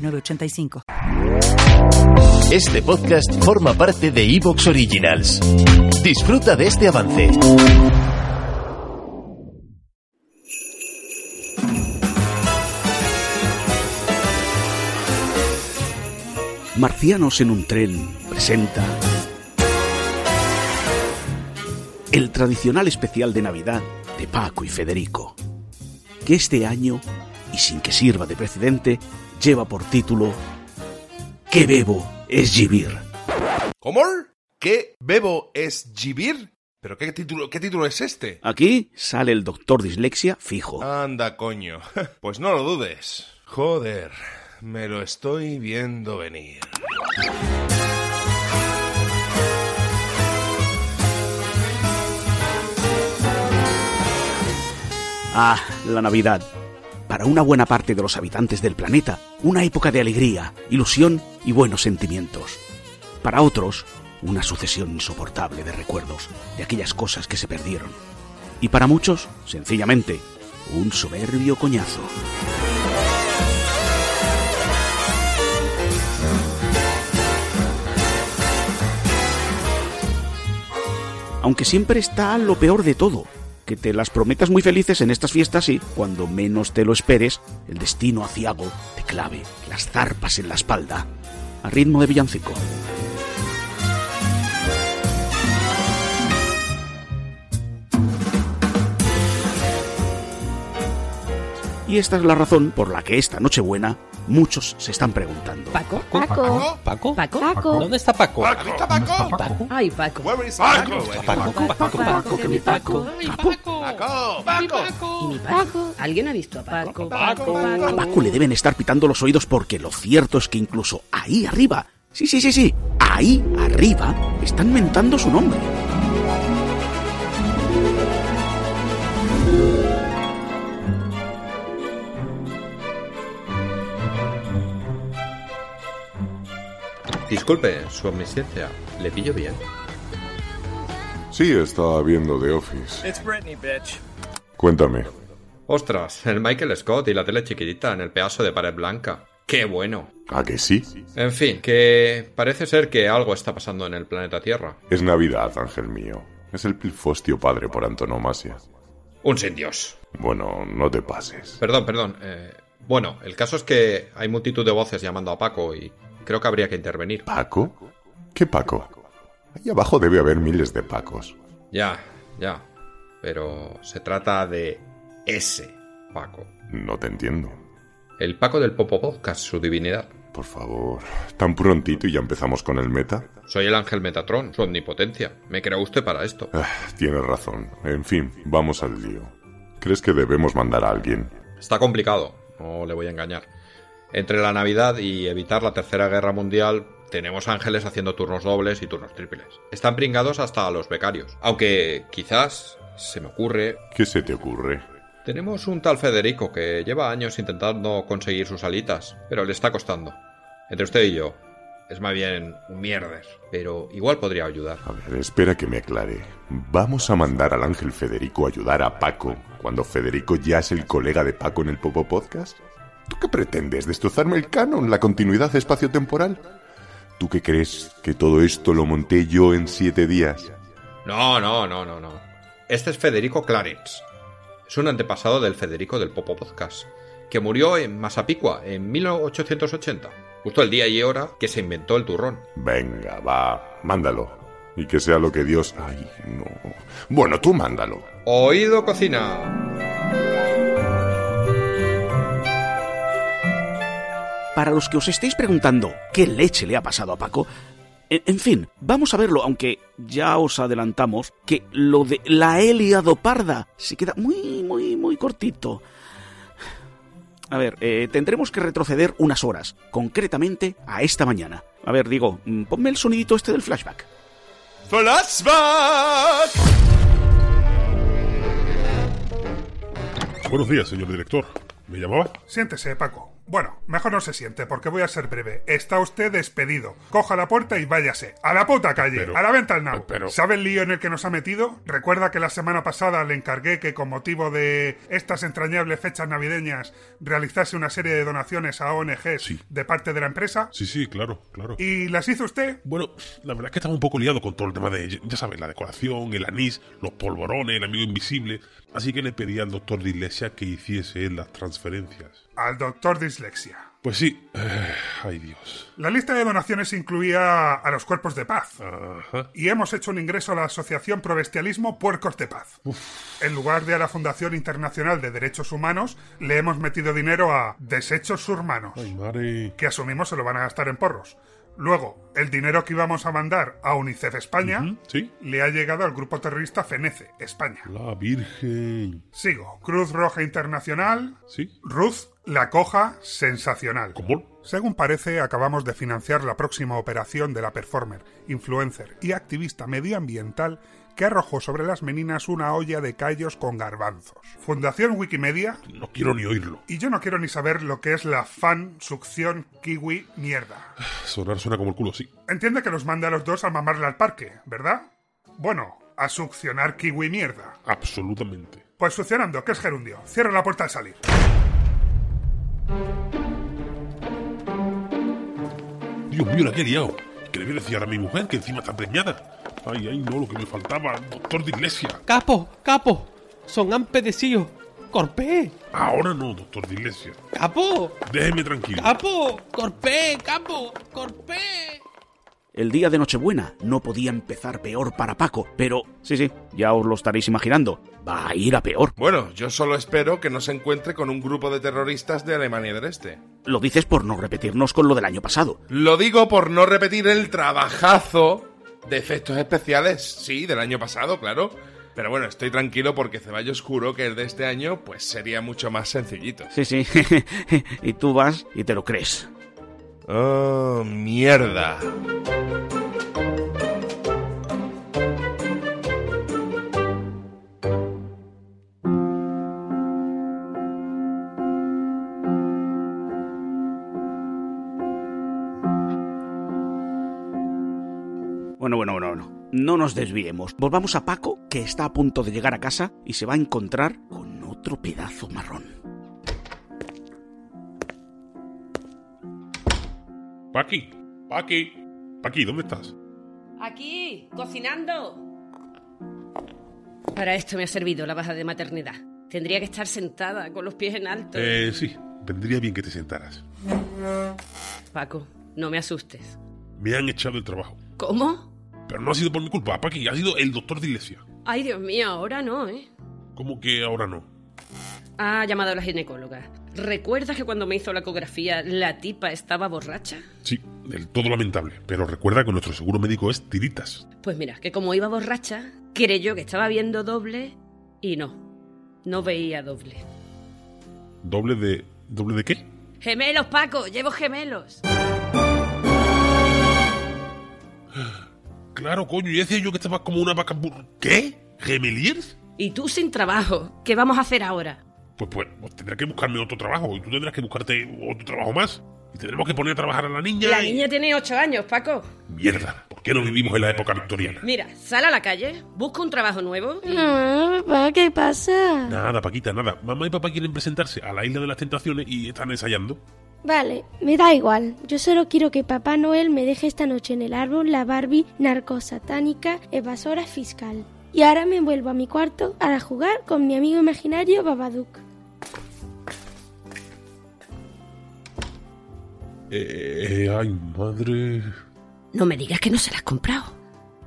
985. Este podcast forma parte de Evox Originals. Disfruta de este avance. Marcianos en un tren presenta el tradicional especial de Navidad de Paco y Federico, que este año, y sin que sirva de precedente, lleva por título ¿Qué bebo es vivir? ¿Cómo? ¿Qué bebo es vivir? ¿Pero qué título, qué título es este? Aquí sale el doctor dislexia fijo. Anda, coño. Pues no lo dudes. Joder, me lo estoy viendo venir. Ah, la Navidad para una buena parte de los habitantes del planeta, una época de alegría, ilusión y buenos sentimientos. Para otros, una sucesión insoportable de recuerdos de aquellas cosas que se perdieron. Y para muchos, sencillamente, un soberbio coñazo. Aunque siempre está lo peor de todo, que te las prometas muy felices en estas fiestas y, cuando menos te lo esperes, el destino aciago te clave las zarpas en la espalda, a ritmo de villancico. Y esta es la razón por la que esta Nochebuena muchos se están preguntando. Paco, Paco. Paco, Paco. Paco. ¿Dónde está Paco? Paco, ¿está Paco? ¿Dónde está Paco? Ay, Paco. Where is Paco, Paco? Paco, Paco, Paco, que mi Paco. Paco, ¿Y mi Paco? ¿Alguien ha visto a Paco? Paco. A Paco le deben estar pitando los oídos porque lo cierto es que incluso ahí arriba, sí, sí, sí, sí, ahí arriba, están mentando su nombre. Disculpe su omnisciencia, ¿le pillo bien? Sí, estaba viendo The Office. Cuéntame. Ostras, el Michael Scott y la tele chiquitita en el pedazo de pared blanca. ¡Qué bueno! ¿A que sí? En fin, que parece ser que algo está pasando en el planeta Tierra. Es Navidad, ángel mío. Es el pilfostio padre por antonomasia. Un sin Dios. Bueno, no te pases. Perdón, perdón. eh, bueno, el caso es que hay multitud de voces llamando a Paco y creo que habría que intervenir. ¿Paco? ¿Qué Paco? Ahí abajo debe haber miles de Pacos. Ya, ya. Pero se trata de ese Paco. No te entiendo. El Paco del Popo Podcast, su divinidad. Por favor, tan prontito y ya empezamos con el meta. Soy el ángel Metatron, su omnipotencia. Me creó usted para esto. Ah, tienes razón. En fin, vamos al lío. ¿Crees que debemos mandar a alguien? Está complicado, no le voy a engañar. Entre la Navidad y evitar la Tercera Guerra Mundial, tenemos ángeles haciendo turnos dobles y turnos triples. Están pringados hasta a los becarios. Aunque quizás, se me ocurre, ¿Qué se te ocurre? tenemos un tal Federico que lleva años intentando conseguir sus alitas, pero le está costando. Entre usted y yo, es más bien un mierder, pero igual podría ayudar. A ver, espera que me aclare. Vamos a mandar al ángel Federico a ayudar a Paco cuando Federico ya es el colega de Paco en el Popo Podcast. ¿Tú qué pretendes? ¿Destrozarme el canon, la continuidad espacio-temporal? ¿Tú qué crees que todo esto lo monté yo en siete días? No, no, no, no, no. Este es Federico Clarence. Es un antepasado del Federico del Popo Podcast, que murió en Masapicua en 1880, justo el día y hora que se inventó el turrón. Venga, va, mándalo. Y que sea lo que Dios... Ay, no. Bueno, tú mándalo. Oído cocina. Para los que os estéis preguntando qué leche le ha pasado a Paco, en, en fin, vamos a verlo, aunque ya os adelantamos que lo de la Elia Doparda se queda muy, muy, muy cortito. A ver, eh, tendremos que retroceder unas horas, concretamente a esta mañana. A ver, digo, mm, ponme el sonidito este del flashback. ¡Flashback! Buenos días, señor director. ¿Me llamaba? Siéntese, Paco. Bueno, mejor no se siente, porque voy a ser breve. Está usted despedido. Coja la puerta y váyase. ¡A la puta calle! Pero- ¡A la venta al nabo! pero- ¿Sabe el lío en el que nos ha metido? Recuerda que la semana pasada le encargué que, con motivo de estas entrañables fechas navideñas, realizase una serie de donaciones a ONGs de parte de la empresa. Sí, sí, claro, claro. ¿Y las hizo usted? Bueno, la verdad es que estaba un poco liado con todo el tema de, ya sabes, la decoración, el anís, los polvorones, el amigo invisible. Así que le pedí al doctor de Iglesia que hiciese él las transferencias. Al doctor Dislexia. Pues sí. Eh, ay, Dios. La lista de donaciones incluía a los cuerpos de paz. Ajá. Y hemos hecho un ingreso a la Asociación Probestialismo Puercos de Paz. En lugar de a la Fundación Internacional de Derechos Humanos, le hemos metido dinero a Desechos Humanos, Ay, madre. que asumimos se lo van a gastar en porros. Luego, el dinero que íbamos a mandar a UNICEF España ¿Sí? le ha llegado al grupo terrorista FENECE, España. La Virgen. Sigo, Cruz Roja Internacional, ¿Sí? Ruth La Coja Sensacional. ¿Cómo? Según parece, acabamos de financiar la próxima operación de la performer, influencer y activista medioambiental que arrojó sobre las meninas una olla de callos con garbanzos. Fundación Wikimedia, No quiero ni oírlo. y yo no quiero ni saber lo que es la fan succión kiwi mierda. Sonar suena como el culo, sí. Entiende que los manda a los dos a mamarla al parque, ¿verdad? Bueno, a succionar kiwi mierda. Absolutamente. Pues succionando, que es gerundio. Cierra la puerta al salir. Dios mío, la que he liado. ¿Qué le voy a decir ahora a mi mujer que encima está preñada? Ay, ay, no, lo que me faltaba. Doctor de Iglesia. Capo, capo, son ampedecillos. Corpé, Ahora no, doctor de Iglesia. capo, Déjeme tranquilo. capo, corpé, capo, corpé. El día de Nochebuena no podía empezar peor para Paco, pero... Sí, sí, ya os lo estaréis imaginando. Va a ir a peor. Bueno, yo solo espero que no se encuentre con un grupo de terroristas de Alemania del Este. Lo dices por no repetirnos con lo del año pasado. Lo digo por no repetir el trabajazo de efectos especiales, sí, del año pasado, claro. Pero bueno, estoy tranquilo porque Ceballos juró que el de este año pues sería mucho más sencillito. Sí, sí. y tú vas y te lo crees. Oh, mierda. Bueno, bueno, bueno, bueno. No nos desviemos. Volvamos a Paco, que está a punto de llegar a casa y se va a encontrar con otro pedazo marrón. Paqui, Paqui. Paqui, ¿dónde estás? Aquí, cocinando. Para esto me ha servido la baja de maternidad. Tendría que estar sentada con los pies en alto. Eh, sí, vendría bien que te sentaras. Paco, no me asustes. Me han echado el trabajo. ¿Cómo? Pero no ha sido por mi culpa, Paqui, ha sido el doctor de Iglesia. Ay, Dios mío, ahora no, ¿eh? ¿Cómo que ahora no? Ha llamado a la ginecóloga. ¿Recuerdas que cuando me hizo la ecografía la tipa estaba borracha? Sí, del todo lamentable. Pero recuerda que nuestro seguro médico es tiritas. Pues mira, que como iba borracha, creyó que estaba viendo doble y no, no veía doble. ¿Doble de. ¿Doble de qué? Gemelos, Paco, llevo gemelos. Claro, coño, ya decía yo que estabas como una vaca. bur- ¿Qué? ¿Gemeliers? Y tú sin trabajo, ¿qué vamos a hacer ahora? Pues, pues, pues tendré que buscarme otro trabajo y tú tendrás que buscarte otro trabajo más. Y tendremos que poner a trabajar a la niña. La y- niña tiene ocho años, Paco. Mierda, ¿por qué no vivimos en la época victoriana? Mira, sal a la calle, busca un trabajo nuevo. papá, ¿qué pasa? Nada, Paquita, nada. Mamá y papá quieren presentarse a la isla de las tentaciones y están ensayando. Vale, me da igual. Yo solo quiero que Papá Noel me deje esta noche en el árbol la Barbie narcosatánica evasora fiscal. Y ahora me vuelvo a mi cuarto para jugar con mi amigo imaginario Babadook. Eh, ay, madre. No me digas que no se la has comprado.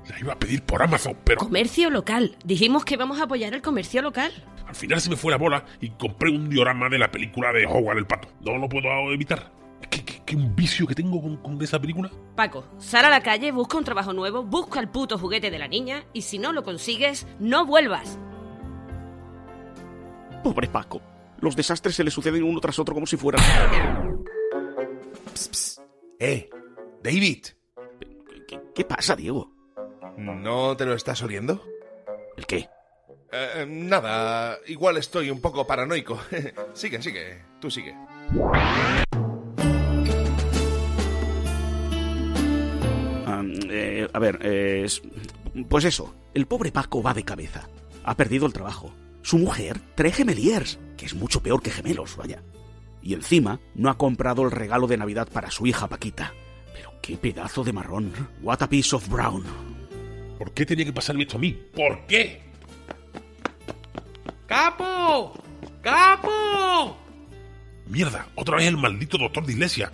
La iba a pedir por Amazon, pero Comercio local. Dijimos que vamos a apoyar el comercio local. al final se me fue la bola y compré un diorama de la película de Howard el Pato. No lo puedo evitar. ¿Qué, qué, qué un vicio que tengo con, con esa película? Paco, sal a la calle, busca un trabajo nuevo, busca el puto juguete de la niña y si no lo consigues, no vuelvas. Pobre Paco. Los desastres se le suceden uno tras otro como si fueran. ¡Eh! ¡David! ¿Qué, qué pasa, Diego? ¿No te lo estás oliendo? ¿El qué? Eh, nada, igual estoy un poco paranoico. sigue, sigue, tú sigue. Ah, eh, a ver, eh, es- pues eso, el pobre Paco va de cabeza. Ha perdido el trabajo. Su mujer trae gemeliers, que es mucho peor que gemelos, vaya. Y encima no ha comprado el regalo de Navidad para su hija Paquita. Pero qué pedazo de marrón. What a piece of brown. ¿Por qué tenía que pasarme esto a mí? ¿Por qué? ¡Capo! ¡Capo! Mierda, otra vez el maldito doctor de Iglesia.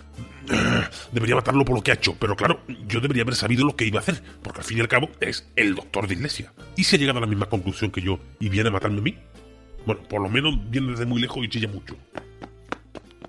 Debería matarlo por lo que ha hecho, pero claro, yo debería haber sabido lo que iba a hacer, porque al fin y al cabo es el doctor de Iglesia. ¿Y si ha llegado a la misma conclusión que yo y viene a matarme a mí? Bueno, por lo menos viene desde muy lejos y chilla mucho.